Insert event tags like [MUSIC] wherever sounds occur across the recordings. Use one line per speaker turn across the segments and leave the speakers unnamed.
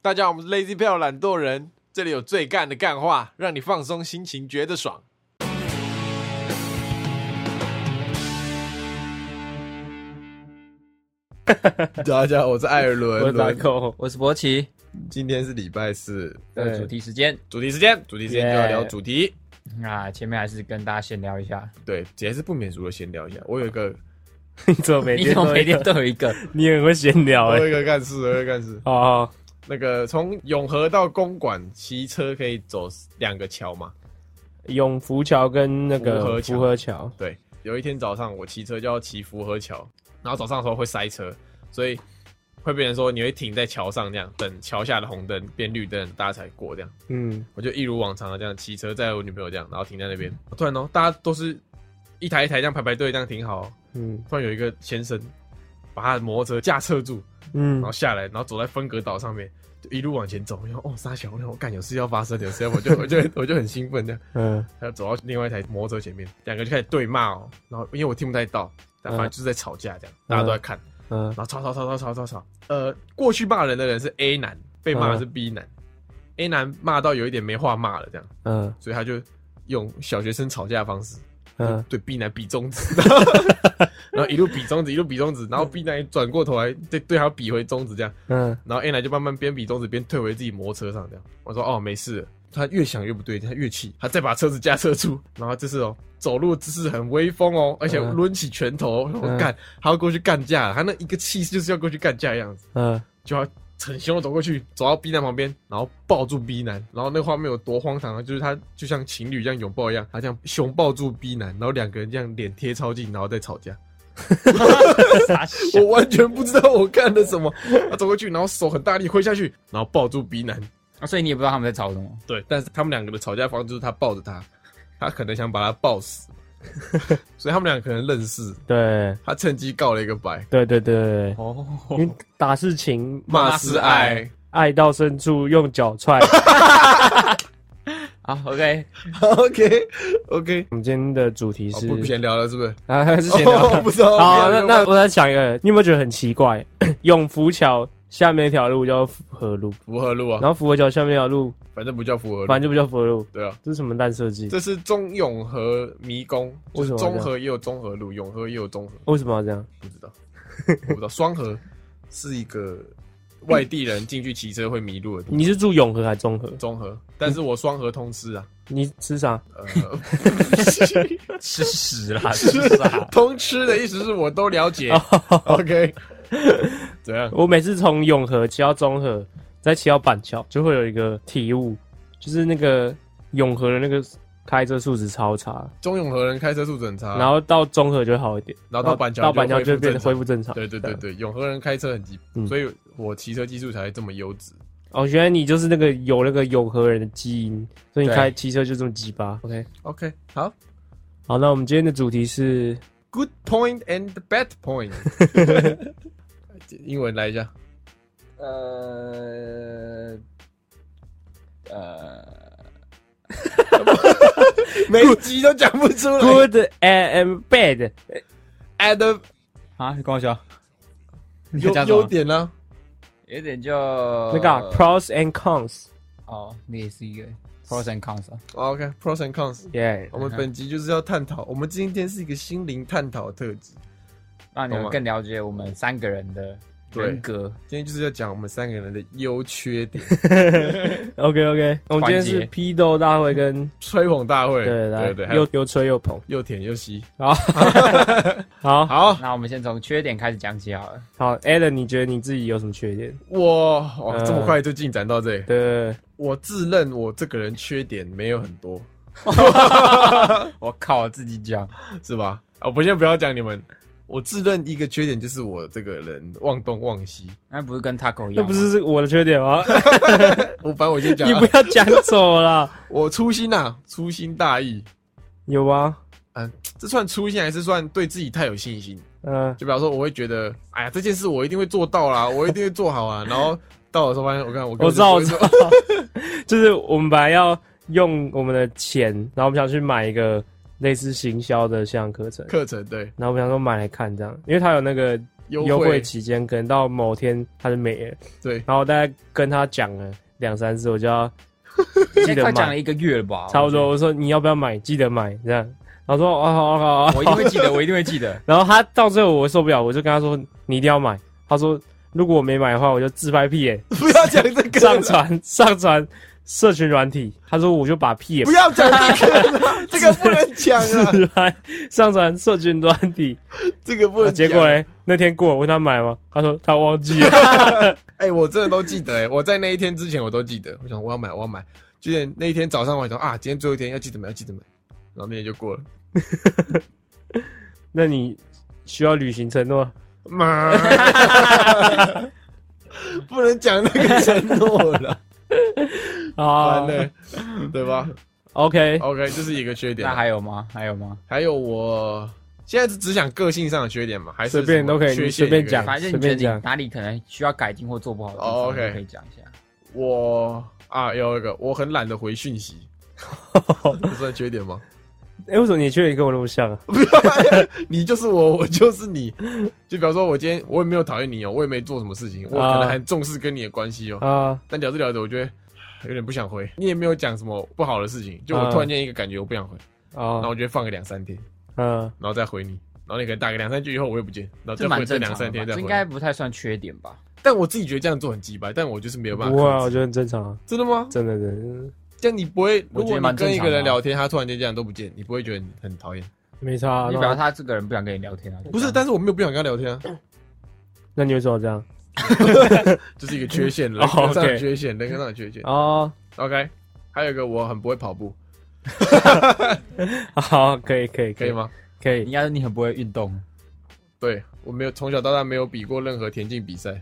大家好，我们是 Lazy 票懒惰人，这里有最干的干话，让你放松心情，觉得爽。
[LAUGHS] 大家好，我是艾尔
我是
伦
打
伦。
[LAUGHS] 扣，
我是博奇，
今天是礼拜四，
对
的主题时间
主题时间，主题时间就要
Yeah
聊主题。
啊，前面还是跟大家闲聊一下。
对，也是不免俗的闲聊一下。我有一个，
你怎么每
你
天
怎么
都
每
一
天
个
都有一个？
你很会闲聊
我
哎、 [LAUGHS]
有一个干事，我有一个干事。
哦，
那个从永和到公馆骑车可以走两个桥嘛？
永福桥跟那
福和
个
桥
福和桥，
对，有一天早上我骑车就要骑福和桥，然后早上的时候会塞车，所以会被人说你会停在桥上这样等桥下的红灯变绿灯，大家才过这样。
嗯，
我就一如往常的这样骑车载我女朋友这样，然后停在那边。突然哦，大家都是一台一台这样排排队，这样停好哦、
嗯
突然有一个先生把他的摩托车架侧住，然
嗯
后，下来，然后走在分隔岛上面，就一路往前走。然后哦，沙小，我想我干有事要发生，有事要，我就我就我就很兴奋这样。
嗯，
他走到另外一台摩托车前面，两个就开始对骂哦。然后因为我听不太到，但反正就是在吵架这样，大家都在看，
嗯
然，后吵吵吵吵吵吵吵。呃，过去骂人的人是 A 男，被骂的是 B 男、a 男骂到有一点没话骂了这样，
嗯，
所以他就用小学生吵架的方式
嗯，
对 B 男比中指， [LAUGHS] 然后一路比中指，一路比中指，然后 B 男转过头来对对他比回中指这样，
嗯，
然后 A 男就慢慢边比中指边退回自己摩托车上这样。我说哦没事了，他越想越不对，他越气，他再把车子架车出，然后这次哦走路姿势很威风哦，而且
嗯
抡起拳头，我
嗯
干，他要过去干架，他那一个气势就是要过去干架的样子，
嗯，
就要。很凶地走过去，走到 B 男旁边，然后抱住 B 男，然后那画面有多荒唐啊！就是他就像情侣这样拥抱一样，他这样熊抱住 B 男，然后两个人这样脸贴超近，然后再吵架。
傻 [LAUGHS] 笑
我完全不知道我干了什么。他走过去，然后手很大力挥下去，然后抱住 B 男。
啊！所以你也不知道他们在吵什么。
对，但是他们两个的吵架方式就是他抱着他，他可能想把他抱
[LAUGHS]
死，所以他们俩可能认识，
对，
他趁机告了一个白，
对对对，因
哦，
为打是情，
骂是 [LAUGHS] 爱。
爱到深处用脚踹。 [LAUGHS]
好，OK，
OK OK，
我们今天的主题
好
哦是哦
不闲聊了是不是？
啊，还是闲
[LAUGHS]
聊？
不知道。
[LAUGHS] 好，那
不
那
要
我再讲一个，你有没有觉得很奇怪？ [COUGHS] 永福桥下面一条路叫福和路，
福和路
然
啊，
后福和桥下面一条哦路，
反正不叫福和
反正
路，
就不叫福和路，
对啊。
这是什么烂设计？
这是中永和迷宫，就
为
是
什么要这样
中和也有中和路，永和也有中和。
为什么要这样？
不知道，
[LAUGHS]
我不知道。双河是一个外地人进去骑车会迷路的地
你是住永和还是中和？
综合，但是我双河通吃啊，
你吃啥？
呃，？
吃屎啦，吃啥
[LAUGHS] 通吃的意思是我都了解。OK，怎样？
我每次从永和骑到中和，再骑到板桥，就会有一个体悟，就是那个永和的那个开车素质超差，
中永和人开车速度很差，
然后到中和就会好一点，
啊然后到板桥
到板桥
就
就
恢复正
变得
常
恢复正常。
对对对
对。
对，永和人开车很急，
嗯
所以我骑车技术才这么优质。
哦，原来你就是那个有那个永和人的基因，所以你
对
开骑车就这么鸡巴。OK，
哦 OK，好
好，那我们今天的主题是
，Good point and bad point，英文来一下
呃呃，
每一集都讲不出来。
good and bad。
呃 Good
啊，你跟我讲，你
and 优
要讲什么
优点啊呢？
有点就
那个啊 pros and cons，
哦，那也是一个 pros and cons 啊。
OK，pros、and cons。
耶
我们本集就是要探讨，我们今天是一个心灵探讨特辑，
让你
懂吗
们更了解我们三个人的
对
人格。
今天就是要讲我们三个人的优缺点，
，OK OK，我们今天
环
是
节
批斗大会跟
吹捧大会，
对
对
来
对，
又
又
又吹又捧，
又舔又吸。
[LAUGHS] 好，好
好，
那我们先从缺点开始讲起好了。
好 a l a n 你觉得你自己有什么缺点？
我哇，
嗯
这么快就进展到这里，
呃对，
我自认我这个人缺点没有很多，
我靠，我自己讲，
嗯
是吧？啊，我先不要讲你们，我自认一个缺点就是我这个人忘东忘西。
那不是跟 Taco 一样
那
吗？
不是是我的缺点吗？
我反正我先讲
[LAUGHS] 你
啊，
不要讲走啦，
我粗心呐，粗心大意，
[LAUGHS] 有啊吗？
嗯，这算粗心还是算对自己太有信心？
嗯，
就比方说，我会觉得，哎呀，这件事我一定会做到啦，我一定会做好
[LAUGHS]
啊。然后到的时候发现，我看我根本
我知道，
不
我
会
知
做
道，就是我们本来要用我们的钱，然后我们想去买一个类似行销的线上课程，
课程对
然后我们想说买来看这样，因为它有那个
优
优惠
惠，
期间，可能到某天他就没了，
对， [LAUGHS]
然后我大概跟他讲了两三次，我就要记
现在
得
快讲了
买，
一个月了吧？
差不多。我说你要不要买？记得买这样。然后说哦好好好
我
好
觉得，我一定会记得，我一 [LAUGHS] 定会记得。
然后他到最后我受不了，我就跟他说你一定要买。他说如果我没买的话，我就自拍屁眼
不要讲这个，
上传上传社群软体。他说我就把屁眼
不要讲这个
[LAUGHS]
了，这个不能讲啊，
自拍上传社群软体。
这个不能讲。
啊结果嘞，那天过我问他买吗？他说他忘记了。 [LAUGHS]
哎、我真的都记得、哎，我在那一天之前我都记得，我想我要买，我要买。就连那一天早上我还想啊，今天最后一天要记得买，要记得买，然后那天就过了。
那你需要履行承诺？
妈， [LAUGHS]
不能讲那个承诺了，
[LAUGHS] 啊
完了，对吧
，OK，
？OK，这是一个缺点啊
那。还有吗？还有吗？
还有我现在是只想个性上的缺点嘛，还是
随便
什么
都可以
缺
你
陷
随便
也可以
讲
反正
随
你觉得
便
你
讲
哪里可能需要改进或做不好的地方
哦，OK
你可以讲一下。
我啊，有一个我很懒得回讯
[LAUGHS]
息，这算缺点吗？
哎、为什么你缺点跟我那么像啊？
[LAUGHS] 你就是我，我就是你。就比方说，我今天我也没有讨厌你哦、我也没做什么事情，我可能很重视跟你的关系哦、
啊，
但聊着聊着，我觉得有点不想回。你也没有讲什么不好的事情，就我突然间一个感觉我不想
啊
回，然后
哦，
我就放个两三天，
嗯，
然后再回你。然后你可能打个两三句以后，我又不见，然后
这
再
蛮
回这
正
两
常
三
的
天
吧，
再
这
回。
应该不太算缺点吧？
但我自己觉得这样做很鸡掰，但我就是没有办法
不
控制。
会啊，我觉得很正常啊，
真的吗？
真的真的，
这样你不会，
我
如
觉
果
得蛮
你
正
跟
常的啊哦
一个人聊天，他突然间这样都不见，你不会觉得你很讨厌？
没差、啊。
你表示
那
他这个人不想跟你聊天啊？
不是，但是我没有不想跟他聊天啊，
那你为什么这样？
就是一个缺陷，人
哦
[LAUGHS]
格上的
OK
缺陷，人格上的缺陷。
哦，
OK，还有一个我很不会跑步，
[LAUGHS] 好，可以可以
可以？吗？
可
应
以，
该是你很不会运动。
对我没有从小到大没有比过任何田径比赛，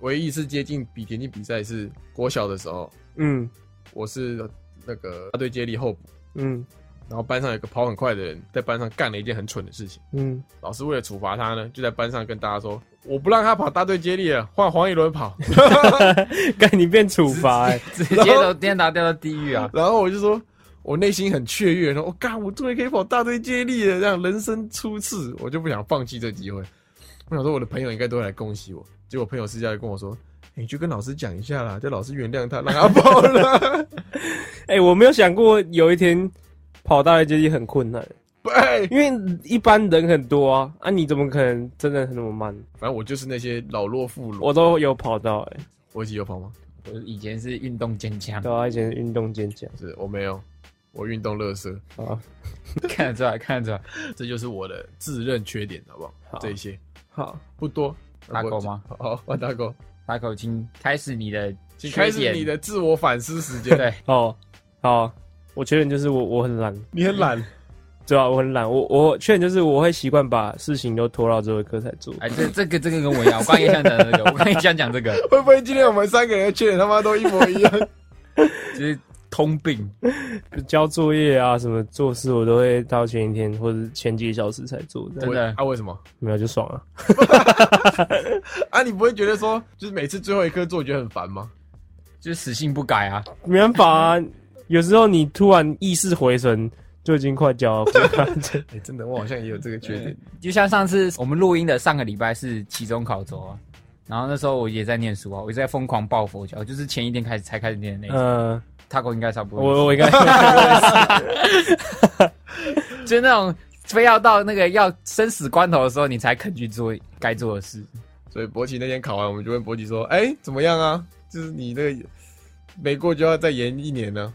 唯一一次接近比田径比赛是国小的时候，
嗯
我是那个大队接力候补，
嗯
然后班上有个跑很快的人在班上干了一件很蠢的事情，
[LAUGHS] 嗯，
老师为了处罚他呢，就在班上跟大家说。我不让他跑大队接力了，换黄一伦跑。
该、你变处罚、欸，
直接都天堂掉到地狱啊！
然后我就说，我内心很雀跃，说：“我、哦干，我终于可以跑大队接力了，这样人生初次，我就不想放弃这机会。”我想说，我的朋友应该都会来恭喜我。结果朋友私下就跟我说：“你去跟老师讲一下啦，叫老师原谅他，让他跑了。
[LAUGHS]
[LAUGHS]
哎、我没有想过有一天跑大的阶梯很困难，”
哎，
因为一般人很多啊，啊，你怎么可能真的那么慢？
反正我就是那些老弱妇孺。
我都有跑到、欸，哎，
我一起有跑吗？
我以前是运动健
[LAUGHS]
将，
对啊，以前是运动健将
是我没有，我运动乐色，
啊，
看得出来，看得出来。
这就是我的自认缺点，好不好？
好
这一些
好，
不多。
打狗吗？
好，换大狗，
大口，请开始你的缺
请
点，
开始你的自我反思时间。
对，
哦，好，我缺点就是我我很懒，
你很懒，
对啊，我很懒，我我缺点就是我会习惯把事情都拖到最后一刻才做。
哎，这这个这个跟我一样，我刚刚也想讲这个，我刚刚也想讲这个，
[LAUGHS] 会不会今天我们三个人的缺点他妈都一模 [LAUGHS] 一样？
就是通病。
交作业啊，什么做事我都会到前一天或者前几个小时才做，这样
真的
啊？为什么？
没有就爽啊。
啊，你不会觉得说，就是每次最后一刻做，觉得很烦吗？
就是死性不改啊！
没办法啊，有时候你突然意识回神，就已经快交了。 [LAUGHS]
哎、真的，我好像也有这个缺点。
就像上次我们录音的上个礼拜是期中考周啊，然后那时候我也在念书啊，我一直在疯狂抱佛脚，就是前一天开始才开始念的那一种。
嗯，
他跟应该差不多，
我我应该 [LAUGHS]
就是那种非要到那个要生死关头的时候，你才肯去做该做的事。
所以博奇那天考完，我们就问博奇说：“哎、怎么样啊？就是你那个没过就要再延一年呢、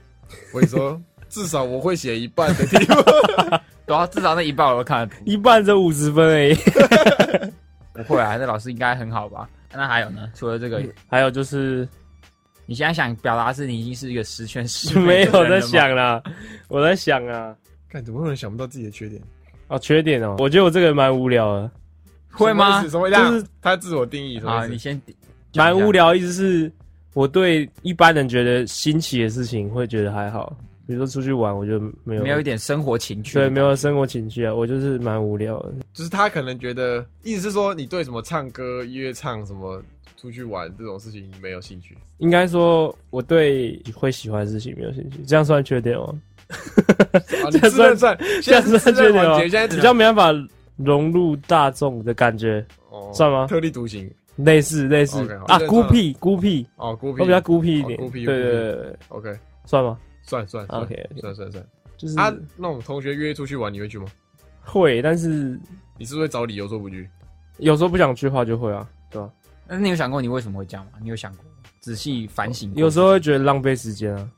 我也说，至少我会写一半的题
[LAUGHS]
目。
然后至少那一半我都看得懂。
一半这五十分而已。
不会啊，那老师应该很好吧？那还有呢？除了这个，
还有就是
你现在想表达是你已经是一个十全十
没
美
有
的人了
在
吗，
想啦， [LAUGHS] 我在想啊，
看，怎么会有人想不到自己的缺点？
哦，缺点哦，我觉得我这个人蛮无聊的。
会吗
什么意思？什么
就
意
是
思他自我定义什
啊？
么意
你
思？
先
蛮无，聊，意思是我对一般人觉得新奇的事情会觉得还好，比如说出去玩，我就没有
没有一点生活情趣，
对没有生活情趣啊，我就是蛮无聊的。
就是他可能觉得，意思是说，你对什么唱歌、约唱、什么出去玩这种事情没有兴趣。
应该说我对会喜欢的事情没有兴趣，这样算缺点吗？
啊，你自认算，现在是自认完结，现在
比较没办法融入大众的感觉，
哦
算吗
特立独行
类似类似
OK，好
啊
这，个
孤
算了
僻孤僻，
哦，孤僻，
我比较孤僻一点，
哦孤僻
对
孤僻
对对对，对
OK，
算吗？
算算算
OK，OK
算算算。
就是
啊，那我们同学约出去玩，你会去吗？
会，但是
你是不是会找理由说不去？
有时候不想去的话就会啊，对吧？
那你有想过你为什么会这样吗？你有想过仔细反省过？
有时候会觉得浪费时间啊，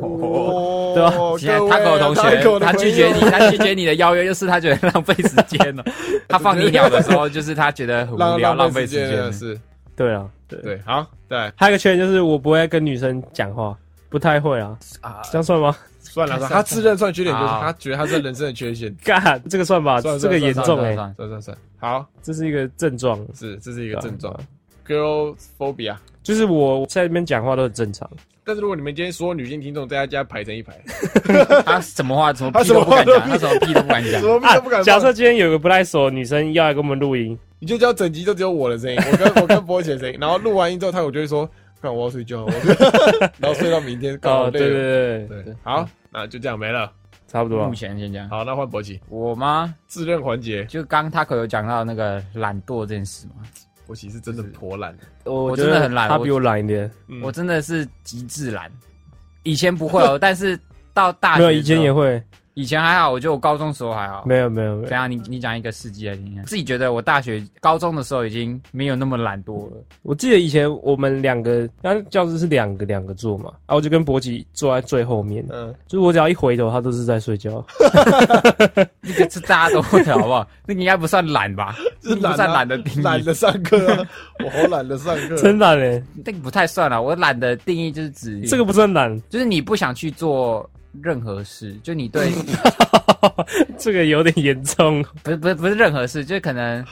哦
对啊
现在 Taco 同学他
[LAUGHS]
拒绝你，他拒绝你的邀约，就是他觉得浪费时间 [LAUGHS] 了。他放你鸟的时候，就是他觉得很无
浪
聊，浪费
费
时
间
间
了
了。
是，
对啊，对。
对，好，再来，
还有一个缺点就是我不会跟女生讲话，不太会啊，
啊，
这样算吗？ [LAUGHS]
算了，算了他自认算缺点就是
好
他觉得他是人生的缺陷，
干，这个算吧，
算了
这个严重哎、
算了算了算了
算算算，好，
这是一个症状，
是这是一个
对啊
症状，girl phobia。
就是我在那边讲话都很正常，
但是如果你们今天所有女性听众在他家排成一排，
他什么话什么
他
屁都不敢
什么话
讲，他什么屁都不敢
什
讲。
么屁都不敢放。
啊假设今天有个不太熟的女生要来跟我们录音，
你就叫整集就只有我的声音，我
[LAUGHS]
跟我跟波姐的声音，然后录完音之后，他我就会说，看我要睡觉，我
[LAUGHS]
要睡觉然后睡到明天，刚好
哦，对
累了。
对对
对
对，，
好，那就这样没了。
差不多啊
目。前先这样。
好，那换博奇
我吗？
自认环节，
就刚 Taco 有讲到那个懒惰这件事嘛，
博奇是真的颇懒，
我
我真的
觉得
很懒
他
我
比我懒一点，
嗯
我真的是极致懒。以前不会 [LAUGHS] 哦，但是到大
没
学
有以前也
会，
会，
以前还好，我觉得我高中时候还好。
没有没有没
哦
有，
怎样？你你讲一个事迹来听听。自己觉得我大学、高中的时候已经没有那么懒惰了。
我记得以前我们两个，然后教室是两个两个坐嘛，啊，我就跟博吉坐在最后面，
嗯，
就是我只要一回头，他都是在睡觉。
那个是大家都会的好不好？那个应该不算
[LAUGHS]
懒吧？
是
那个
懒
不
啊
算懒的定
懒
义，
得上课啊，我好懒得上
啊
课，
真懒嘞，
那个不太算啊了。我懒的定义就是指
这个，不算懒，
就是你不想去做任何事，就
[LAUGHS]
你对
这个有点严重。
不是不是不是任何事，就是可能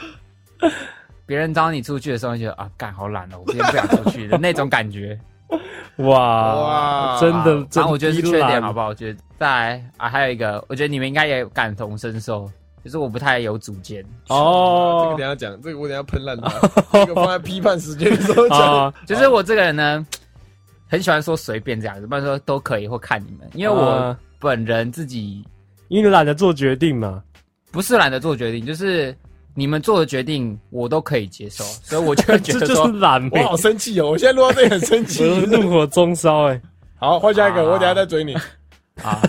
别人招你出去的时候，你觉得啊，干好懒哦，我今天不想出去的那种感觉。啊
哇
哇
[LAUGHS] 啊真的，真
然
的
后我觉得是
低
缺点，
懒
好不好？我觉得再来啊，还有一个，我觉得你们应该也感同身受，就是我不太有主见。啊
这个
哦
等一下讲，这个我等一下喷
[LAUGHS]
烂他，这个放在批判时间的时候讲。
啊，
就是我 [LAUGHS] 这个人呢，很喜欢说随便这样子，不然说都可以或看你们，因为我
啊
本人自己
因为你懒得做决定嘛。
不是懒得做决定，就是你们做的决定我都可以接
[LAUGHS]
受，所以我就会觉
这
得
就
说
是懒
我
呗，
好生气哦！我现在录到这里很生气。
我怒火中烧
[LAUGHS]
哎，
好，换下一个，
啊
我等一下再追你。
啊，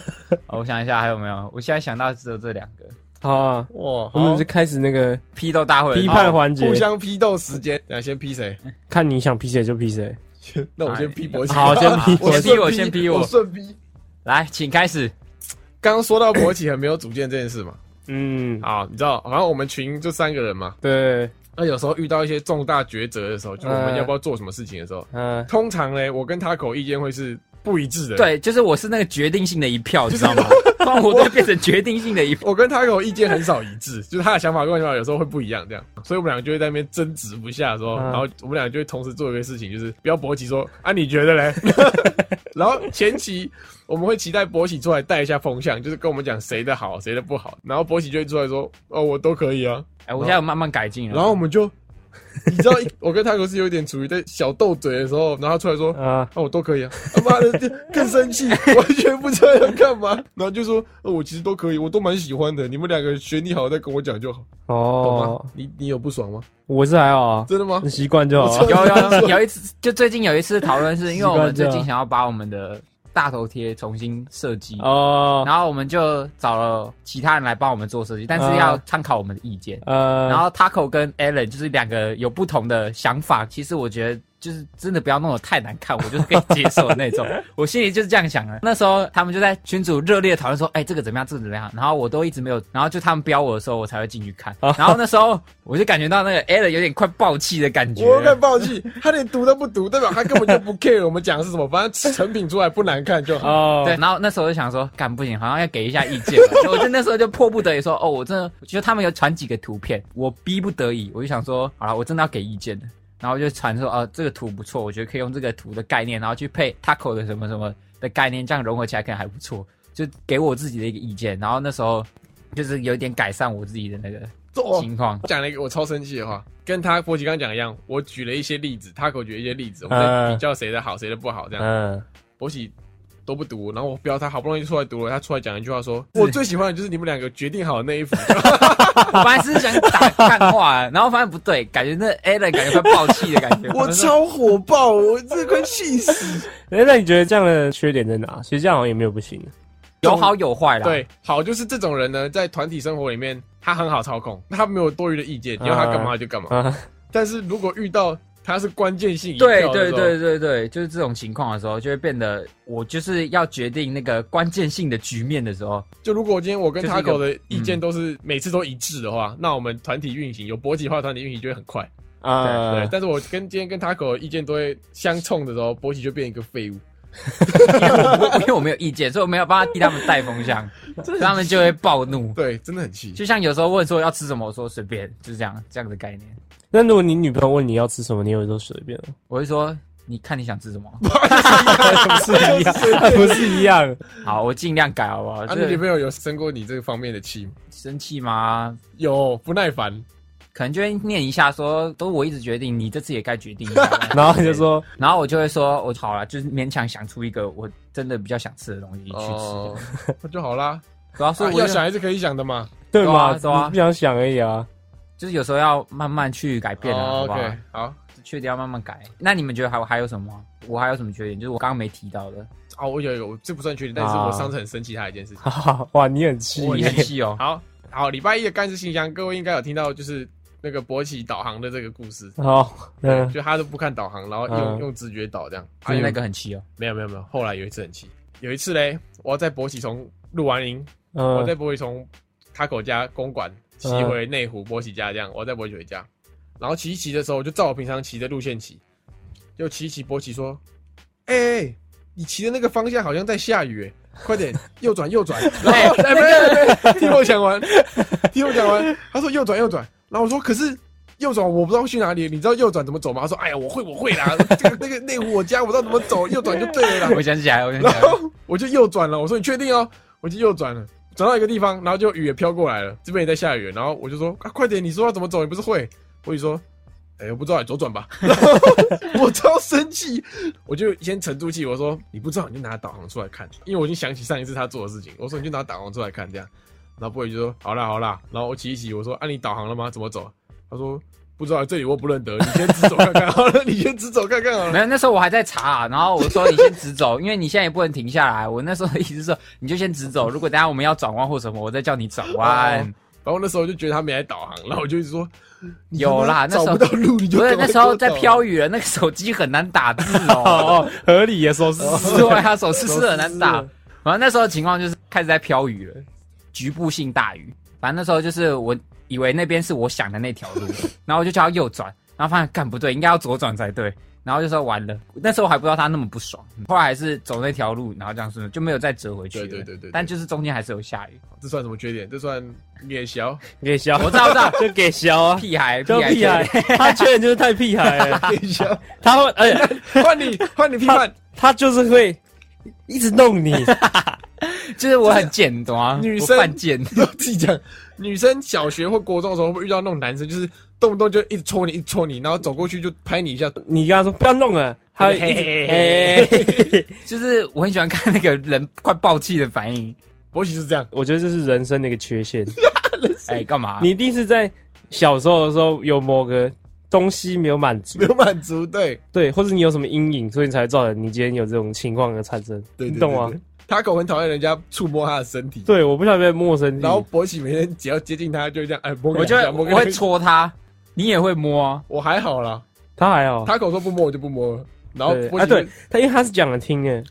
好我想一下还有没有？我现在想到只有这两个
好啊，
哇，
我
哦
们
好
就，开始那个
批斗大会哦了
批判环节
互，相批斗时间。等一下先批谁？
看你想批谁就批谁。
[LAUGHS] 那我先批博奇。
好先批
我
我
先
顺
批我先批
我
我，
顺逼。
来，请开始。
刚刚说到博奇很没有主见这件事嘛，
嗯，
啊，你知道，反正我们群就三个人嘛，
对，
那有时候遇到一些重大抉择的时候，就是我们
嗯
要不要做什么事情的时候，
嗯，
通常呢，我跟他口意见会是不一致的。，
对，就是我是那个决定性的一票，你知道吗？不然我都变成决定性的一票。
我跟他口意见很少一致， [LAUGHS] 就是他的想法跟我的想法有时候会不一样，这样，所以我们俩就会在那边争执不下的时候，
嗯
然后我们俩就会同时做一个事情，就是不要博奇说啊，你觉得嘞？然后前期我们会期待博喜出来带一下风向，就是跟我们讲谁的好，谁的不好，然后博喜就会出来说哦，我都可以啊，
哎，我现在有慢慢改进了。
然后我们就，你知道，我跟他可是有点处于在小斗嘴的时候，然后他出来说。
啊，
啊，我都可以啊！他妈的， [LAUGHS] 就更生气，完全不知道要干嘛。然后就说，呃我其实都可以，我都蛮喜欢的。你们两个选你好再跟我讲就好，懂
哦
吗，？你你有不爽吗？
我是还好啊，
真的吗
很？习惯就好
我
啊。
哦有
[LAUGHS]
有有有一次，就最近有一次讨论是，因为我们
习
最
惯这
近
样
想要把我们的大头贴重新设计，
哦，
然后我们就找了其他人来帮我们做设计，但是要参考我们的意见。
呃，
然后 Taco 跟 Alan 就是两个有不同的想法，其实我觉得就是真的不要弄得太难看，我就是可以接受的那种。我心里就是这样想的。那时候他们就在群组热烈地讨论说，哎、这个怎么样，这个怎么样。然后我都一直没有，然后就他们标我的时候，我才会进去看。然后那时候我就感觉到那个 Alan 有点快爆气的感觉。
我很暴气，他连读都不读，代表他根本就不 care 我们讲的是什么，反正成品出来不难看就好。
哦，
对，，然后那时候我就想说，干不行，好像要给一下意见了。
[LAUGHS]
所以我就那时候就迫不得已说，哦，我真的，我觉得他们有传几个图片，我逼不得已，我就想说，好了，我真的要给意见的。然后我就传说，哦，这个图不错，我觉得可以用这个图的概念，然后去配 taco 的什么什么的概念，这样融合起来可能还不错。就给我自己的一个意见，然后那时候就是有点改善我自己的那个
哦
情况。
讲了一个我超生气的话，跟他波奇刚刚讲的一样，我举了一些例子，他给我举了一些例子，我们在
嗯
比较谁的好，谁的不好这样。
嗯，
博喜都不读，然后我标他好不容易出来读了，他出来讲一句话说：“我最喜欢的就是你们两个决定好的那一
[LAUGHS]
幅。
我本来是想打看话，然后发现不对，感觉那 a l a n 感觉快爆气的感觉”。
[LAUGHS] 我超火爆，我真的快气死。
哎，那你觉得这样的缺点在哪？其实这样好像也没有不行。
有好有坏啦。，
对，好就是这种人呢，在团体生活里面，他很好操控，他没有多余的意见，你要他干嘛就干嘛。
啊，
但是如果遇到他是关键性一票的
对
时候，
对对对对，就是这种情况的时候，就会变得我就是要决定那个关键性的局面的
[LAUGHS]
时候，
就如果今天我跟
就是一个嗯
Taco 的意见都是每次都一致的话，那我们团体运行有波及化，团体运行就会很快。
啊
对，，但是我跟今天跟 Taco 的意见都会相冲的时候，波奇就变一个废物。
因为我我因为我没有意见，所以我没有办法替他们带
[LAUGHS]
风向，所以他们就会暴怒。
对，真的很气。
就像有时候问说要吃什么，我说随便，就是这样这样的概念。
那如果你女朋友问你要吃什么，你有时候随便了，
我会说，你看你想吃什
[LAUGHS]
么？
不是一样，不是一样。
好，我尽量改好不好？
啊，
就
你女
是
朋友有生过你这方面的气吗？
生气吗？
有不耐烦，
可能就会念一下说，都我一直决定，你这次也该决定一下。
[LAUGHS]
然后你就说，
然后我就会说，我好了，就是勉强想出一个我真的比较想吃的东西去吃。
哦， [LAUGHS] 那就好啦。
主要是
啊
我
要
就
想还是可以想的嘛。
对
对
嘛，
啊
你
对啊
不想想而已啊。 [LAUGHS]
就是有时候要慢慢去改变啊，
哦
好不好？
OK，好。
缺点要慢慢改。那你们觉得还有还有什么？我还有什么缺点？就是我刚刚没提到的。
哦，我有一个，我这不算缺点，但是我上次很生气他的一件事情。
哈哈哇，你很气
你
耶
很，气 [LAUGHS] 哦，
好好，礼拜一的干事信箱，各位应该有听到，就是那个博奇导航的这个故事。
好，嗯，
就他都不看导航，然后用、
嗯
用直觉导这样。哎
就是那个很气哦。 [LAUGHS]
没有没有没有，后来有一次很气，有一次嘞，我要在博喜从录完营，我在
嗯，
博喜从他口家公馆骑回内湖博喜家这样，我在博喜回家，然后骑一骑的时候，我就照我平常骑的路线骑，就骑一骑博喜说：“哎、欸，你骑的那个方向好像在下雨、欸，快点右转右转。”然后哎，没有没有，听我讲完，听我讲完，他说右转右转，然后我说可是。右转我不知道去哪里，你知道右转怎么走吗？他说：“哎呀，我会我会啦，这个那个内湖我家我知道怎么走，右转就对了啦。”
我想起来，我想起
然
来，
后我就右转了，我说你确定哦？我就右转了，转到一个地方，然后就雨也飘过来了，这边也在下雨，然后我就说啊，快点，你说要怎么走？你不是会？我就说，哎、我不知道，左转吧。然后我超生气，我就先沉住气，我说你不知道你就拿导航出来看，因为我已经想起上一次他做的事情，我说你就拿导航出来看这样。然后波伟就说好啦好啦，然后我骑一骑，我说啊你导航了吗？怎么走？他说不知道，这里我不认得，你先直走看看好了，你先直走看看好了
没。有，那时候我还在查，然后我说你先直走，因为你现在也不能停下来。我那时候的意思是说，你就先直 [LAUGHS] 走，如果等下我们要转弯或什么，我再叫你转弯。
然后那时候我就觉得他没来导航，然后我就一直说
有啦，那
找
时
不
候
到路你就
不是那时候在飘
雨，
雨了，那个手机很难打字 [LAUGHS] 哦，
哦哦，合理耶，说是
对啊，手势是很难打
手撕。
反正那时候情况就是开始在飘雨了，局部性大雨。反正那时候就是我以为那边是我想的那
[LAUGHS]
条路，然后我就叫他右转，然后发现干不对，应该要左转才对。然后就说完了，那时候我还不知道他那么不爽，后来还是走那条路，然后这样顺就没有再折回去了。
对对对对对
但就是中间还是有下雨，
这算什么缺点？这算脸
[LAUGHS]
小，
给削，
[LAUGHS] 我知道我知道
[LAUGHS] 就给削啊，
屁孩
就
孩
屁孩， [LAUGHS] 他缺点就是太屁孩了，
脸小，
他会，而且
换你换你批判，
他就是会一直弄 [LAUGHS] 你，
就是我很贱，懂吗？
女
我
生
犯贱，
我自己讲， [LAUGHS] 女生小学或国中的时候会不会遇到那种男生，就是动不动就一直戳你，一直戳你，然后走过去就拍你一下，
你跟他说不要弄了，他会一直嘿嘿嘿嘿嘿
就是我很喜欢看那个人快爆气的反应。
博喜是这样，
我觉得这是人生的一个缺陷。
哎，干嘛？
你一定是在小时候的时候有某个东西没有满足
没，有满足，对
对，或者你有什么阴影，所以你才造成你今天有这种情况的产生，
对，
你懂
啊
吗？
他狗很讨厌人家触摸他的身体，
对，我不想被陌生
然后
人。
博喜每天只要接近他就会这样，哎，摸个
我就会
两下
我
摸个两
会
下
戳他，你也会摸啊，
我还好啦，
他还好，
他狗说不摸我就不摸了，然后
对
博
啊，
喜就
对他，因为他是讲得听
[LAUGHS]
哎，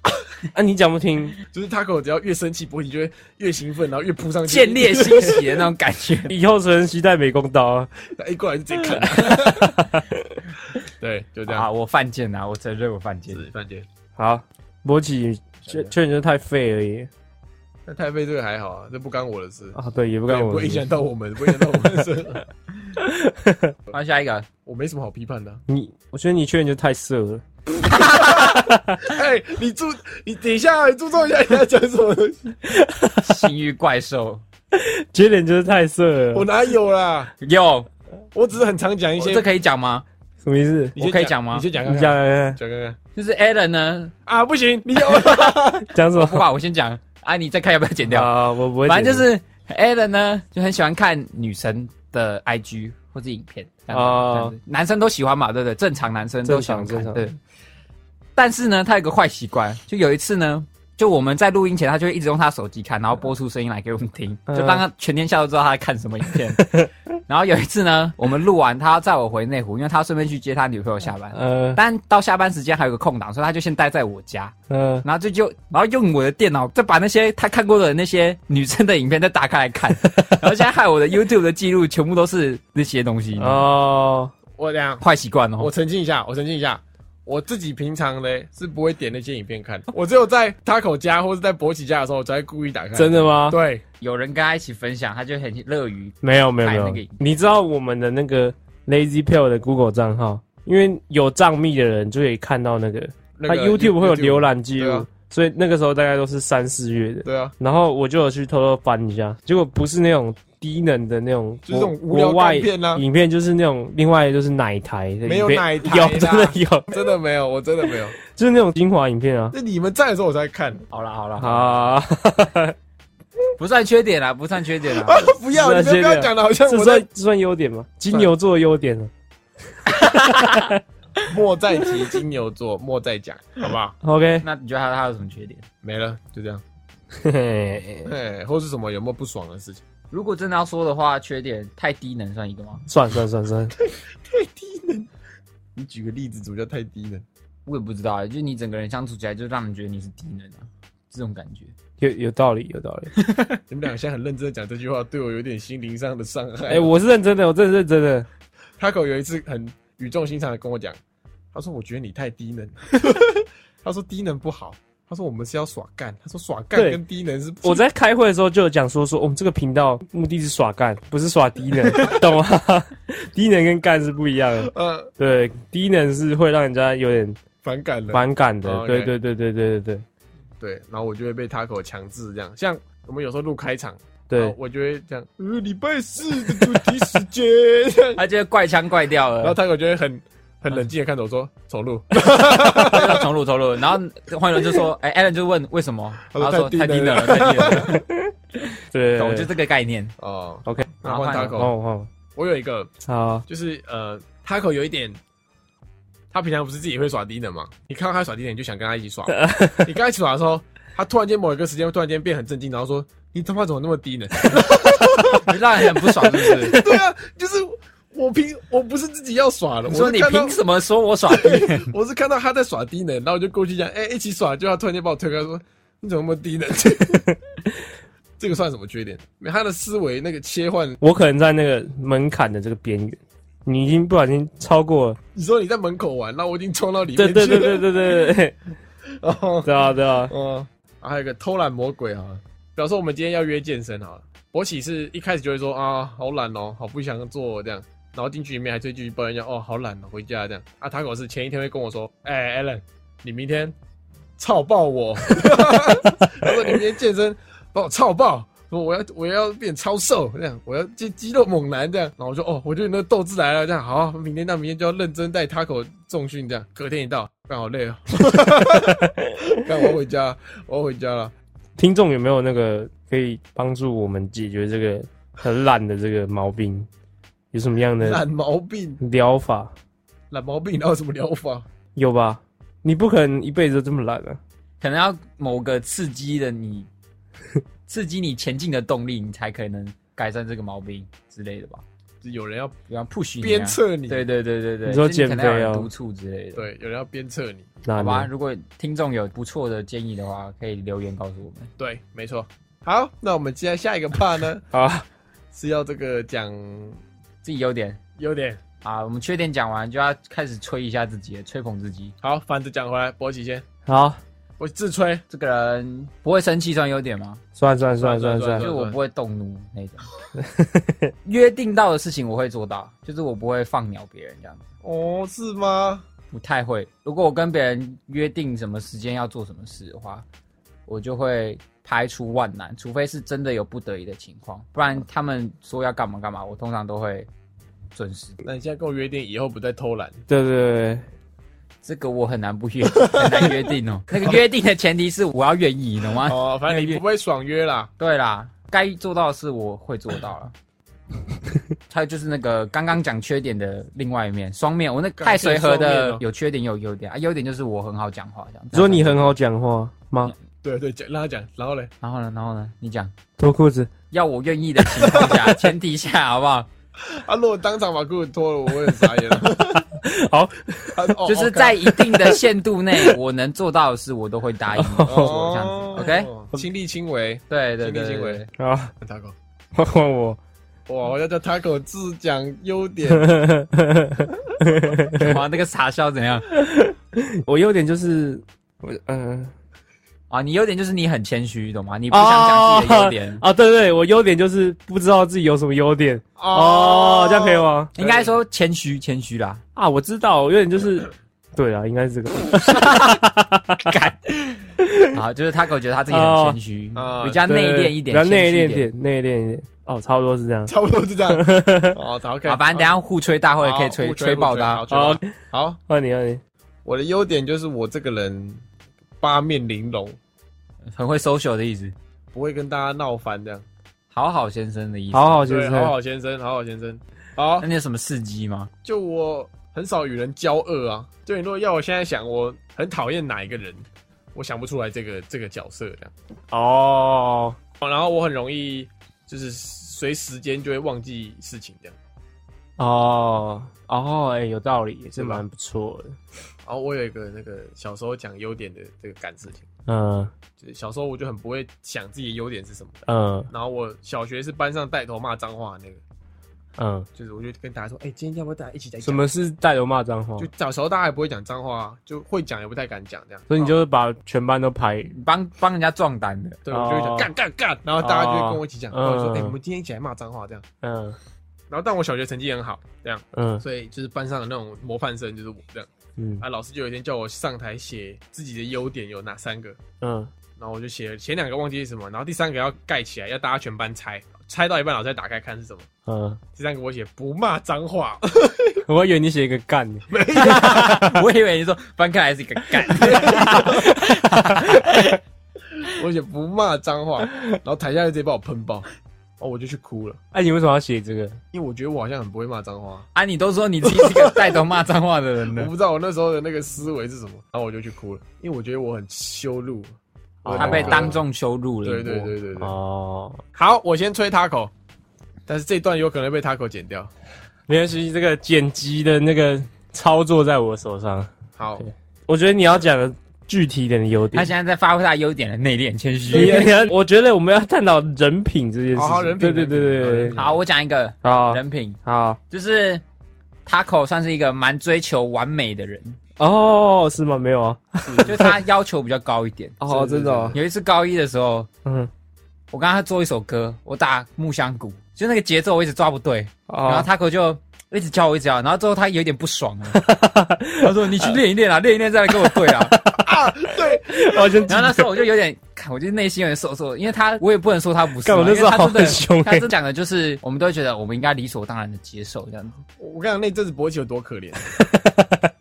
啊，你讲不听，
就是他狗只要越生气，博喜就会越兴奋，然后越扑上去，
[LAUGHS] 见猎心喜的那种感觉。
以后只能携带美工刀啊。
他 [LAUGHS] 一过来就直接啃。对，就这
[LAUGHS] 啊，
样。
我犯贱啊！我承认我犯贱。
是范姐，
好，博起确确实就是太废而已
那太妃这个还好啊，这不干我的事，
啊，对，也不
不
干
不
我
会
的
影响
事。
到我们，不会影响到我们的事。
那下一个，
我没什么好批判的啊。
你，我觉得你缺点就太色了。 [LAUGHS]
哎，你注你等一下啊，你注重一下你在讲什么东西。
性欲怪 [LAUGHS] 兽
缺点就是太色
我
了，
哪有啦？
有，
我只是很常讲一
我
些
这可以讲吗？
什么意思？
你先
我可以讲吗
你先讲看
你
看，
讲哎
讲
讲
看看
就是 Alan 呢，
啊，不行，你
讲什
不
么？
吧，我先讲啊，你再看要不要剪掉。
啊，我不会剪，
反正就是 Alan 呢，就很喜欢看女神的 IG 或者影片，这样子
哦
这样子男生都喜欢嘛，对不对？正常男生都喜欢
正
看
常，正
对。但是呢，他有个坏习惯，就有一次呢，就我们在录音前，他就会一直用他手机看，然后播出声音来给我们听，
嗯
就让他全天下都知道他在看什么影片。然后有一次呢，我们录完，他要载我回内湖，因为他顺便去接他女朋友下班。
呃
但到下班时间还有个空档，所以他就先待在我家。
呃，
然后就就然后用我的电脑再把那些他看过的那些女生的影片再打开来 [LAUGHS] 看，然后现在害我的 YouTube 的记录全部都是那些东
嗯
西，
哦，
我讲，
坏习惯
我
哦。
澄清一下，我澄清一下，我自己平常呢是不会点那些影片看， [LAUGHS] 我只有在 Taco 家或是在博奇家的时候，我才会故意打开。
真的吗？
对，
有人跟他一起分享，他就很乐于
没有没有没
拍那个
有
影，
你知道我们的那个 Lazy Pill 的 Google 账号，因为有账密的人就可以看到那个，
那
他
个
YouTube 会有浏，览记
对
录
啊，
所以那个时候大概都是三四月的。
对啊，
然后我就有去偷偷翻一下，结果不是那种低能的那种
就是
国，
这种无
国
聊
外
干片啊
影片，就是那种另外就是奶台的影片
没有奶台啦
有真的有，
真的没有，我真的没有。 [LAUGHS]
就是那种精华影片啊。
那你们在的时候我才
[LAUGHS]
看，
好了好了，好啦
啊，
不算缺点啦，啊不算缺点啦。 [LAUGHS]
不要，你
是啊
们不
谢
要
谢
讲的好像
这
我在
算这算优点吗？金牛座的优点啊呢
莫再提金牛座，莫再讲，好不好？ [LAUGHS]
？OK， [LAUGHS]
那你觉得他他有什么缺点？
没了，就这样。
嘿嘿
哎，或是什么有没有不爽的事情？ [LAUGHS]
如果真的要说的话，缺点太低能算一个吗？
算算算算，
太低能，你举个例子，怎么叫太低能？
我也不知道啊，就你整个人相处起来就让人觉得你是低能啊，这种感觉。
有有道理，有道理。
[LAUGHS] 你们俩现在很认真的讲这句话，对我有点心灵上的伤害。
哎、我是认真的，我真的认
[LAUGHS]
真的。
Taco 有一次很语重心长的跟我讲，他说：“我觉得你太低能。” [LAUGHS] 他说：“低能不好。”他说：“我们是要耍干。”他说：“耍干
对
跟低能是
我在开会的时候就有讲说说，哦我们这个频道目的是耍干，不是耍低
[LAUGHS]
能，懂吗？ [LAUGHS] 低能跟干是不一样的。
呃
对，低能是会让人家有点
反感了。
反感的。
哦
对
OK
对对对对对”
对，然后我就会被 Taco 强制这样。像我们有时候录开场，
对
然后
对，
我就会这样，呃，礼拜四的主题时
[LAUGHS]
间这样，
他觉得怪腔怪调
然后
了，
Taco 就会很很冷静的看着我说：“重录。
重录重录。然后黄仁就说：“哎、a l a n 就问为什 [LAUGHS] 么？”
他
然
说
后说：“
太
哦太
低
低
能
能
了
了，太低能了。”
对
懂，
对
就
对
这个概念。”
哦，
OK，
那换
然后换
Taco，、
哦哦，
我有一个
好，
就是呃，Taco 有一点，他平常不是自己会耍低能嘛？你看到他耍低能，你就想跟他一起耍。你跟他一起耍的时候，他突然间某一个时间突然间变很震惊，然后说：“你他妈怎么那么低能
[LAUGHS]
让人很不爽，是不？”是？
对啊，就是我凭我不是自己要耍的，
你说
我是
你
看到
凭什么说我爽？
我是看到他在耍低能，然后我就过去讲：“哎、一起耍。”就他突然间把我推开说：“你怎么那么低能？” [LAUGHS] 这个算什么缺点？没他的思维那个切换，
我可能在那个门槛的这个边缘，你已经不小心超过了。
你说你在门口玩，那我已经冲到里面
对
去
对对对
了。
对对对， [LAUGHS]
哦
对啊对啊，
嗯，还有一个偷懒魔鬼啊，比方说我们今天要约健身好了，博喜是一开始就会说啊好懒哦，好不想做这样，然后进去里面还追剧抱怨一下哦好懒哦回家这样，啊塔狗是前一天会跟我说，哎、a l l n 你明天操爆我，他说你明天健身把我操爆。说我要我要变超瘦这样，我要肌肌肉猛男这样，然后我就哦，我觉得你那斗志来了这样，好，明天那明天就要认真带 Taco 重训这样。隔天一到，干好累哦，干我要回家，我要回家了。
听众有没有那个可以帮助我们解决这个很懒的这个毛病？有什么样
[LAUGHS]
的
懒毛病，
疗法？
懒毛病，然后有什么疗法？
有吧？你不可能一辈子都这么懒啊！
[LAUGHS] 可能要某个刺激的你，刺激你前进的动力，你才可能改善这个毛病之类的吧？
就有人要
比方 push 你、啊，
鞭策你，
对对对对对，
你说
就是可能要有
减
人
肥哦
督促之类的。
对，有人要鞭策你，
那
好
你
吧，如果听众有不错的建议的话，可以留言告诉我们。
对，没错。好，那我们接下来下一个 part 呢， [LAUGHS]
啊，
是要这个讲
自己优点
优点。
啊，我们缺点讲完就要开始吹一下自己了，吹捧自己。
好，反着讲回来，博奇先，
好，
我自吹，
这个人不会生气算优点吗？
算算算
算
算算
就是
算，
我不会动怒那种。 [LAUGHS] 约定到的事情我会做到，就是我不会放鸟别人这样子，
哦，是吗？
不太会。如果我跟别人约定什么时间要做什么事的话，我就会排除万难，除非是真的有不得已的情况，不然他们说要干嘛干嘛，我通常都会准时。
那你现在跟我约定以后不再偷懒，
对对对，
这个我很难不约，很难约定哦。那个约定的前提是我要愿意，你懂吗？
哦，反正你不会爽约啦。
对啦，该做到的事我会做
[LAUGHS]
到了。还有就是那个刚刚讲缺点的另外一面，双面。我那
干
太随和
这是双面
的
哦
有缺点也有优点啊，优点就是我很好讲话这样。
你说你很好讲话吗？
对对，讲让他讲，然后嘞，
然后呢，然后呢，你讲
脱裤子，
要我愿意的情
[LAUGHS]
况下，前提下好不好？
啊，如果当场把裤子脱了，我会很傻 [LAUGHS] 眼啊。
好，
[LAUGHS] 啊哦
就是在一定的限度内，我能做到的事我都会答应你去做这样
哦
子。OK，
亲力亲为，
对对
亲力
对
亲
对
为
对。
好，
t a c
换换 [LAUGHS] 我，
哇，我要叫 Taco 自讲优
[LAUGHS]
点，
哇，那个傻笑怎样？
我优点就是我嗯、
啊，你优点就是你很谦虚，懂吗？你不想讲自己的
哦 [LAUGHS]
优点，
啊，对对，我优点就是不知道自己有什么优点哦，这样可以吗？
应该说谦虚，谦虚啦。
啊，我知道，我优点就是。 [LAUGHS] 对啊，应该是这个。
干，啊，就是他给我觉得他自己很谦虚
哦，
比较内敛一点，
比较内敛
敛
一。点，内敛一点。哦，差不多是这样。
差不多是这
[LAUGHS]
样。哦，OK，
好，反正等一下互吹大会可
好
以吹
互
吹爆他
互。吹好
好
吹爆好，
换你，换你。
我的优点就是我这个人八面玲珑，
很会 social 的意思。
不会跟大家闹翻这样。
好好先生的意思。
好好先
对，好
生，
好先生，好好先生，好
那，你有什么事迹吗？
就我很少与人交恶啊。就你如果要我现在想，我很讨厌哪一个人，我想不出来这个这个角色这样。
哦，
哦然后我很容易就是随时间就会忘记事情这样。
哦，哦，哎，有道理，也是
对吧
蛮不错的。
然后我有一个那个小时候讲优点的这个感事情，
嗯
就是小时候我就很不会想自己的优点是什么。
嗯
然后我小学是班上带头骂脏话的那个，
嗯，
就是我就跟大家说，哎、今天要不要大家一起来讲？
什么是带头骂脏话
就？小时候大家也不会讲脏话啊，就会讲也不太敢讲这样。
所以你就是把全班都排
你帮帮人家壮胆
[LAUGHS]
的， [LAUGHS]
对，我就会讲
哦
干干干，然后大家就会跟我一起讲，
哦
然后说：“哎、
嗯
我们今天一起来骂脏话这样。
嗯”
然后，但我小学成绩很好，这样，
嗯
所以就是班上的那种模范生就是我这样。
嗯
啊，老师就有一天叫我上台写自己的优点有哪三个，
嗯，
然后我就写了前两个忘记是什么，然后第三个要盖起来，要大家全班猜，猜到一半老师再打开看是什么。
嗯，
第三个我写不骂脏话， [LAUGHS]
我还以为你写一个干呢，
我以为你说翻开来是一个干，
我写不骂脏话，然后台下就直接把我喷爆，哦，我就去哭了，
哎，你为什么要写这个？
因为我觉得我好像很不会骂脏话，
啊，你都说你自己是个带头骂脏话的人
我
了
不，知道我那时候的那个思维是什么，然后我就去哭了，因为我觉得我很羞辱， [LAUGHS] 我的
哦他被
那个
当众羞辱了。
对对对对对，
哦，
好，我先吹他口，但是这段有可能被他口剪掉。
没关系，这个剪辑的那个操作在我手上。
好，
我觉得你要讲的具体一点的优点
他，现在在发挥他的优点了，内敛
[LAUGHS]
谦
你
虚。
你要，我觉得我们要探讨人品这件事情。
好好人品
对对对对
人
对
品，
好，我讲一个
好
人品，
好
就是 Taco 算是一个蛮追求完美的人，
哦，是吗？没有啊，
就是他要求比较高一点。
哦，
是
真的哦，
有一次高一的时候，
嗯，
我跟他做一首歌，我打木箱鼓，就那个节奏我一直抓不对，然后
哦，
Taco 就一直教我一直教，然后最后他有点不爽了，他说你去练一练啊，练一练再来跟我对啊。
我哦
[LAUGHS]
先
然后那时候我就有点，看我就内心有点受挫，因为他我也不能说他不是
干
嘛，
我那
因为
时候
他
好
真的
很凶
他
欸
这讲的就是我们都会觉得我们应该理所当然的接受这样子。
我我跟你讲，那阵子博奇有多
[LAUGHS]
可怜。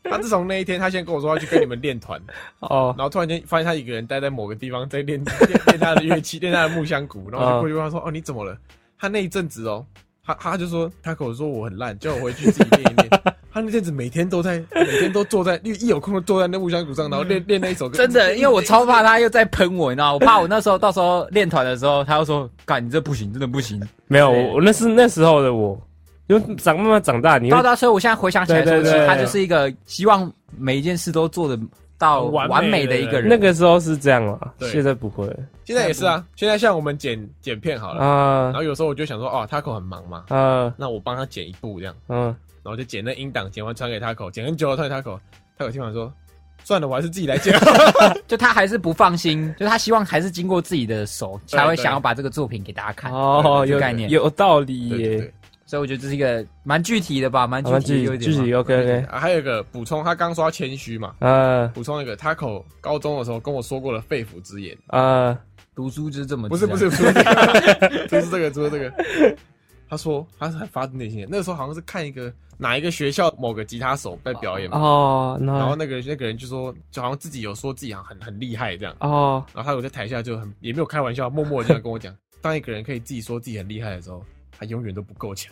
他自从那一天，他先跟我说要去跟你们练团，
哦
然后突然间发现他一个人待在某个地方在练练练他的乐器，练他的木箱鼓，然后我就过去问他说：“
嗯
哦，你怎么了？”他那一阵子哦，他他就说他跟我说我很烂，叫我回去自己练一练。
[LAUGHS]
他那阵子每天都在，每天都坐在，一一有空就坐在那木箱鼓上，然后练练那一首歌。
嗯真的，因为我超怕他又在喷我，你知道吗？我怕我那时候到时候练团的时候，他又说：“干，你这不行，真的不行。
没有，我我那是那时候的我，因为长慢慢长大，”你
到
会
到所以我现在回想起来说，
对对
其
对
实他就是一个希望每一件事都做得到
完美
完美的一个人。
那个时候是这样嘛，
对
现在不会了
现在也是啊，现在像我们剪剪片好了，
嗯
然
啊
后有时候我就想说，哦，他口很忙嘛，
啊
那我帮他剪一部这样。
嗯，
然后就剪那音档，剪完传给他口，剪很久了传给他口，他口听完说，算了，我还是自己来
[LAUGHS]
剪。
就他还是不放心，就他希望还是经过自己的手，
对
才会想要把这个作品给大家看。
哦，
这
有
个概念
有道理
对对
耶，
对，
所以我觉得这是一个蛮具体的吧，蛮具
好，
体的
具
优
体
点
具
嘛。
体 OK OK，
啊，还有一个补充，他刚说他谦虚嘛，
啊
补充一个，他口高中的时候跟我说过了肺腑之言，
啊
读书就是这么
不是
嗯
[LAUGHS]
自
不
[LAUGHS] 然
是不是，不是这个不是这个不是这个，他说他还发自内心的，那个时候好像是看一个哪一个学校某个吉他手在表演嘛，
哦，
然后
那
那个人那个人就说，就好像自己有说自己好像很很厉害这样，
哦，
然后他有在台下就很也没有开玩笑，默默的这样跟我 [LAUGHS] 讲，当一个人可以自己说自己很厉害的时候，他永远都不够强。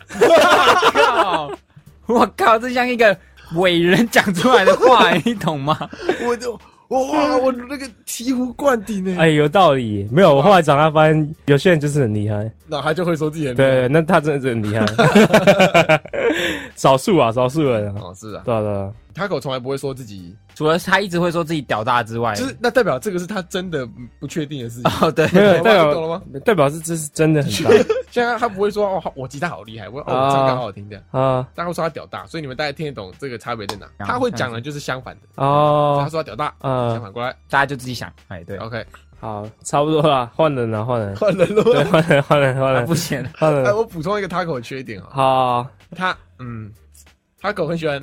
靠！我靠，这像一个伟人讲出来的话，你懂吗？ [LAUGHS]
我就哇，我那个醍醐灌顶呢
哎，有道理耶。没有，我后来长大发现，有些人就是很厉害。
然后他就会说自己很厉害。
对，那他真的是很厉害，少数啊，少数人啊，
哦，是啊，
对啊对啊，
他口从来不会说自己，
除了他一直会说自己屌大之外，
哎
就是那代表这个是他真的不确定的事情。
哦，对，
没有
懂了吗懂了
代表
吗
代表是这是真的很
像他他不会说哦，我吉他好厉害，我哦我唱歌好好听这样，
大啊
但会说他屌大，所以你们大概听得懂这个差别在哪。
然后
他会讲的就是相反的，他
嗯哦
说他屌大，相
啊，
反过来
大家就自己想，哎，对，
，OK，
好，差不多啦，换人了，换人，
换人 [LAUGHS] 喽。
[LAUGHS] 对，换人，换人，换
啊
人
不，行，
换
哎，
人，
我补充一个 Taco 的缺点啊，
好，
他嗯，Taco 很喜欢。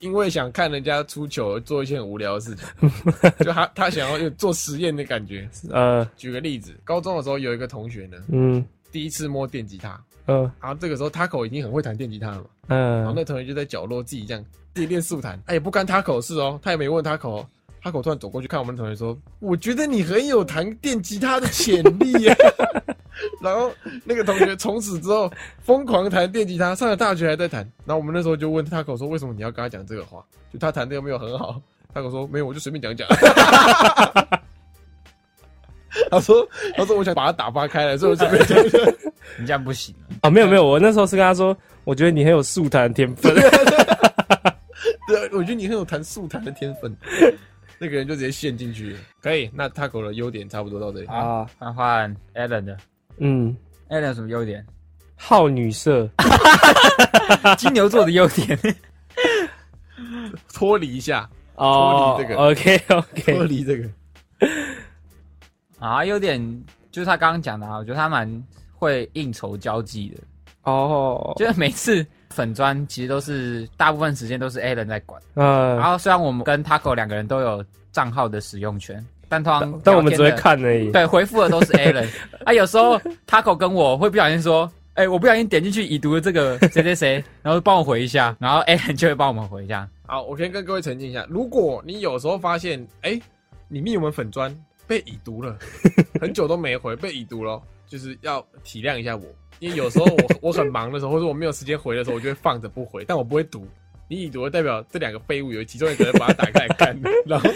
因为想看人家出糗，而做一些很无聊的事情，就他他想要有做实验的感觉。
呃，
举个例子，高中的时候有一个同学呢，
嗯，
第一次摸电吉他，
呃，
然后这个时候 Taco 已经很会弹电吉他了嘛，然后
嗯，
那同学就在角落自己这样自己练速弹，哎也不干 Taco 的事哦，他也没问 Taco 哦。Taco 突然走过去看我们的同学说：“我觉得你很有弹电吉他的潜力耶。” [LAUGHS] 然后那个同学从此之后疯狂弹电吉他，上了大学还在弹。然后我们那时候就问 Taco 说：“为什么你要跟他讲这个话？就他弹的又没有很好。”Taco 说：“没有，我就随便讲 [LAUGHS] 讲。”他说：“他说我想把他打发开来，所以我随便讲讲。”
你这样不行了。
啊，没有没有，我那时候是跟他说，我觉得你很有速弹的天
[LAUGHS]
分，
啊对，啊我觉得你很有弹速弹的天分。那个人就直接陷进去了。可以，那 Taco 的优点差不多到这里。
啊，
换换 Alan 的
嗯，
，Alan 有什么优点？
好女色，
金牛座的优点，
脱离一下，
哦
脱离这个
，OK
脱
OK，
离这个。
啊，优点就是他刚刚讲的啊，我觉得他蛮会应酬交际的，
哦，
就是每次粉砖其实都是大部分时间都是 Alan 在管，
嗯
然，后虽然我们跟 Taco 两个人都有账号的使用权，但通常
但但我们只会
聊天的
看而已，
对，回复的都是
[LAUGHS]
Alan 啊。有时候 Taco 跟我会不小心说，哎、我不小心点进去已读的这个 [LAUGHS] 谁谁谁，然后帮我回一下，然后 Alan 就会帮我们回一下。
好，我先跟各位澄清一下，如果你有时候发现，哎、你密我们粉砖被已读
[LAUGHS]
了，很久都没回，被已读了，就是要体谅一下我，因为有时候我我很忙的时候，或者我没有时间回的时候，我就会放着不回，但我不会读。你已读了代表这两个废物有其中一个人把它打开来看，然后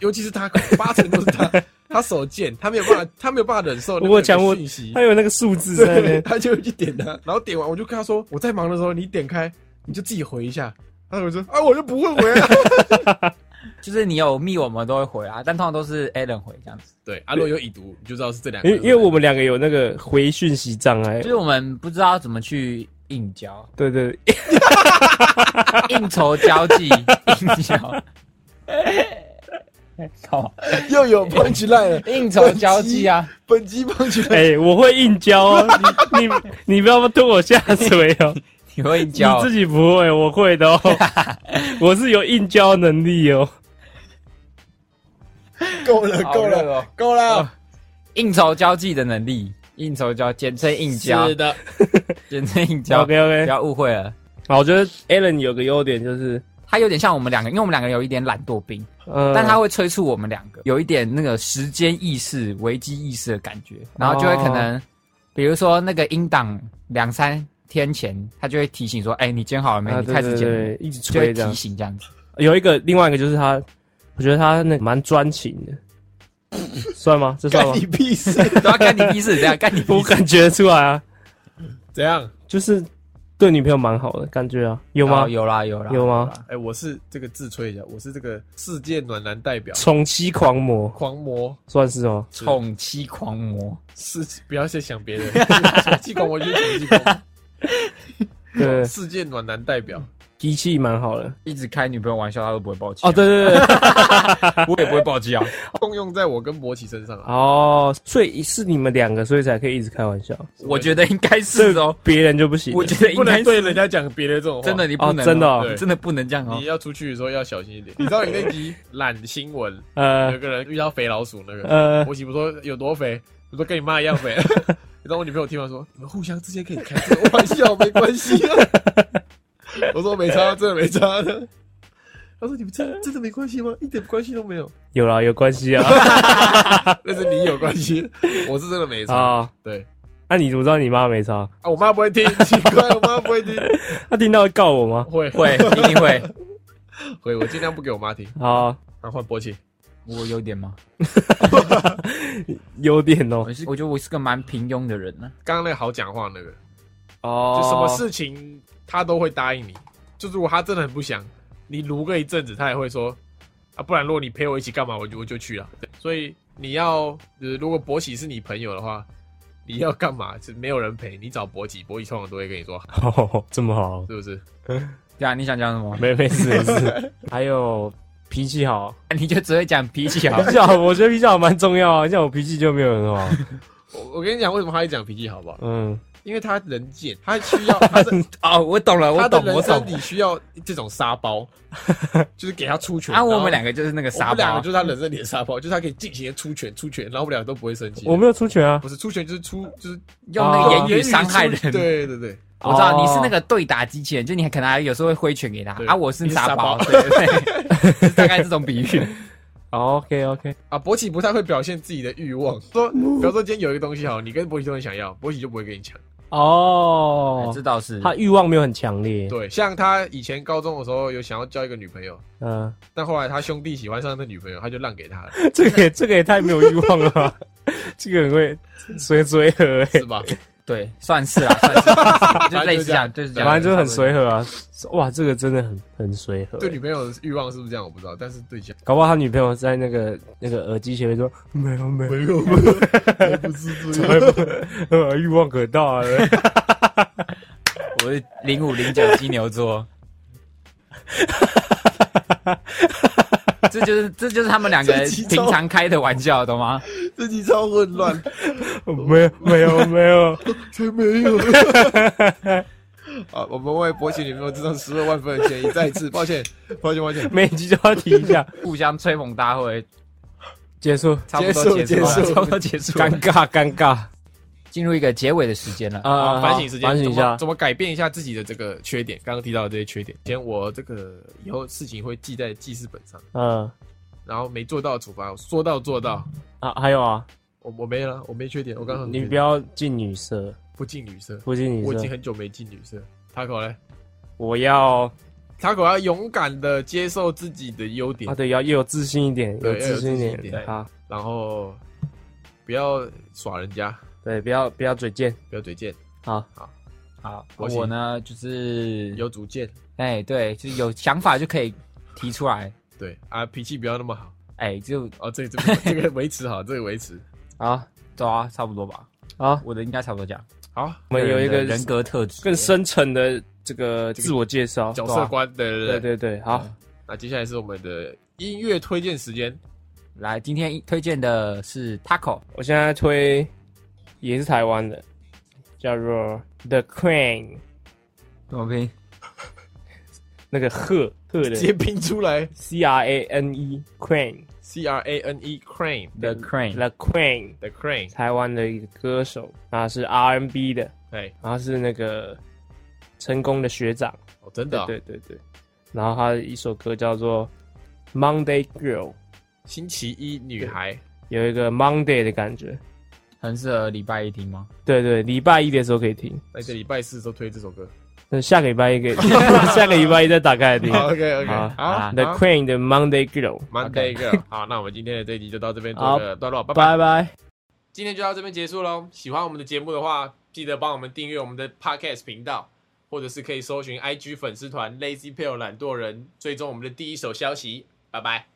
尤其是他，八成都是他，他手贱，他没有办法，他没有办法忍受那
我
个
讲我
讯息，
他有那个
[LAUGHS]
数字在那
对，
[LAUGHS] 边，
他就会去点他，然后点完我就跟他说，我在忙的时候你点开，你就自己回一下。他就会说啊，我就不会回 [LAUGHS] 啊。
就是你有密我们都会回啊，但通常都是 Alan 回这样子。
对，阿洛有已读，你就知道是这两个
因为
人。
因为我们两个有那个回讯息障碍
就，是我们不知道怎么去应交、
对对，
应酬交际、应交。靠，
[LAUGHS] 又有 punch line 了，
应酬交际啊！
本集 punch [LAUGHS] line
哎，我会硬交哦，你你你不要拖我下水哦，
你会应
你
交
自己不会，我会 [LAUGHS] 的哦，我是有硬交能力哦，
够了，
好
够
热
了啊
哦，
够了。
应酬交际的能力，应酬交简称应交，
的，
简称应交，
，OK
不
OK，
要误会了。
好，我觉得 Alan 有个优点就是，
他有点像我们两个，因为我们两个人有一点懒惰病，
呃，
但他会催促我们两个有一点那个时间意识、危机意识的感觉，然后就会可能，比如说那个音档两三天前，他就会提醒说：“哎、你剪好了没？
啊
你
对
开始
对
剪了
对
没，
一直
就会
吹这样
提，醒这样子。
有一个另外一个就是他，我觉得他那蛮专情
[LAUGHS]
的，算吗？这算
干
吗？
你屁事！
都要干你屁事，这样干你屁
我
事
感觉出来啊，
[LAUGHS] 怎样？
就是对女朋友蛮好的感觉啊， [LAUGHS] 有吗
哦？有啦有啦
有吗？
啦
哎，我是这个自吹一下，我是这个世界暖男代表，
宠妻狂魔
[LAUGHS] 狂魔
算是
[LAUGHS]
吗？
宠妻狂魔，
世，不要再想别 [LAUGHS] 人，宠妻狂魔就是宠妻狂魔，
对，
世界暖男代表。
脾气蛮好的。
一直开女朋友玩笑，他都不会爆气、啊
哦，对，对对，对
我也不会爆气啊。
动用在我跟博奇身上啊。
[LAUGHS] 哦，所以是你们两个，所以才可以一直开玩笑，
我觉得应该是哦，
别人就不行。
我觉得
不
应
能
该
对
是
人家讲别的这种话，
真的，你不
哦
能、
真的哦
你真的不能这样哦
你。要出去的时候要小心一点。 [LAUGHS] 你知道你那集懒新闻，
[LAUGHS] 呃
有个人遇到肥老鼠那 [LAUGHS] 个，
呃，
我媳妇说有多肥，我说跟你妈一样 [LAUGHS] 肥。你知道我女朋友听完说，你们互相之间可以开这个玩笑，没关系 [LAUGHS] 啊。我说没差，真的没差的。她说你们真真的没关系吗？一点关系都没有，
有啦，有关
[LAUGHS]
系啊
那是你有关 [LAUGHS] 系，我是真的没差。
啊。
对
那你怎么知道你妈没差？
啊，我妈不会 [LAUGHS] 听，奇怪，我妈不会听，
她听到会告我吗？
会
会，一定会。
会，我尽量不给我妈听。
好，
啊，换波奇，
我有点吗？
有点哦
我。是，我觉得我是个蛮平庸的人呢、
刚刚那个好讲话那个。
哦
就什么事情他都会答应你。就如果他真的很不想，你撸个一阵子，他也会说啊，不然如果你陪我一起干嘛，我就我就去了。对所以你要，呃如果博喜是你朋友的话，你要干嘛是没有人陪，你找博喜，博喜通常都会跟你说好，
哦，这么好，
是不是？
对啊，你想讲什么？
没没事没事。还有脾气好，
你就只会讲脾气好
[LAUGHS] 脾。气好，我觉得脾气好蛮重要啊。像我脾气就没有很好，
我我跟你讲，为什么他会讲脾气好不好？
嗯，
因为他人贱，他需
[LAUGHS]
要他的
哦，我懂了，
他
我
的
懂，我
人生
懂。
里需要这种沙
[LAUGHS]
包，就是给他出拳。
啊，我们
然后
两个就是那个
我
沙
们两
包啊
个就，是他人生里的沙包，就是他可以尽情的出拳出拳，然后我们两个都不会生气。
我没有出拳啊。
不是出拳就是出就是
用那
哦
个言语伤害人。
出对对对，
我知道
哦
你是那个对打机器人，就你可能还有时候会挥拳给他
对
啊，我是
你是
沙包，
沙包
对 [LAUGHS] 对对，大概这种比 [LAUGHS] 喻。
OK OK，
啊，博奇不太会表现自己的欲望，说，比方说今天有一个东西好，你跟博奇都很想要，博奇就不会跟你抢。
哦
这，倒是，
他欲望没有很强
嗯
烈，
对，像他以前高中的时候有想要交一个女朋友，
嗯，
但后来他兄弟喜欢上那女朋友，他就让给
[LAUGHS]
他了，
这个也这个也太没有欲望了吧，这个很会随随和欸，
是吧？
对，算是啦，算是，就类似这样，就是这
反
样。
正就是很随和啊。哇，这个真的很很随和欸。
对女朋友的欲望是不是这样？我不知道，但是对象
搞不好他女朋友在那个那个耳机前面说没有没有，
没有，不是这样。
呃欲望可大了。
我是零五零九金牛 [LAUGHS] 座，这就是这就是他们两个
这集
平
超
常开的玩笑，懂吗？
[LAUGHS] 自己超混乱，
[LAUGHS] 没有没有没有，
才没 [LAUGHS] 有。啊，我们为博奇女朋友制造十二万分的歉意，再一次抱歉，抱歉，抱歉。
每集就要提一 [LAUGHS] 下。
互相吹捧大会，
结束，
差不多结
结
束
束结束
了，差不多结束 [LAUGHS] 了
尴，尬尴尬
进入一个结尾的时间了。
啊！
啊，反省时间，
反省
怎
一
么
下。
怎么改变一下自己的这个缺点。刚刚提到的这些缺点，以前我这个以后事情会记在记事本上，
嗯
然后没做到的处罚，我说到做到。
啊，还有啊，
我我没了，我没缺点，我刚刚
你不要进女色，
不进女色，
不进女
我已经
色，
很久没进女色。塔口嘞，
我要
塔口要勇敢的接受自己的优点
啊，，对，要要有自信一点，
对
有自信
要有自
一
信一
点
点
啊，
然后不要耍人家，
对，不要不要嘴贱，啊
不要嘴贱，
好，
好，
我行
我呢
嗯
就是
有主见，
哎，对，就是有想法就可以提出来，
对啊，脾气不要那么好。
哎，就
哦，这个这个这个维持好，这个维持
好，
对啊，差不多吧。
好，
我的应该差不多这样。
好，
我们有一
个
个
人的人格特质
啊更，深层的这个自我介绍，
角
对
色
啊
观，对对嗯
对对对，好，
那接下来是我们的音乐推荐时间，
来，今天推荐的是 Taco，
我现在推也是台湾的，叫做 The Queen，
怎么拼？
那个鹤鹤
直
的
接拼出来
C R A N E Queen
C R A N E Crane
The Crane
The Queen，
的 Crane，
台湾的一个歌手，啊是 R N B 的，
哎，
然后是那个成功的学长，
哦，真的
对
哦，
对对对，然后他的一首歌叫做 Monday Girl，
星期一女孩，
有一个 Monday 的感觉，
很适合礼拜一听吗？
对对，礼拜一的时候可以听，
在这礼拜四的时候推这首歌。
那下个礼拜一可以，
[LAUGHS]
下个礼拜一再打开来听。
OK OK，
好
好
The
好
Queen 的 Monday Girl，
，Monday Girl，好，那我们今天的这一集就到这边
好
做个段落，拜拜。
拜拜。
今天就到这边结束喽。喜欢我们的节目的话，记得帮我们订阅我们的 Podcast 频道，或者是可以搜寻 IG 粉丝团 Lazy p a l e 懒惰人，追踪我们的第一手消息。拜拜。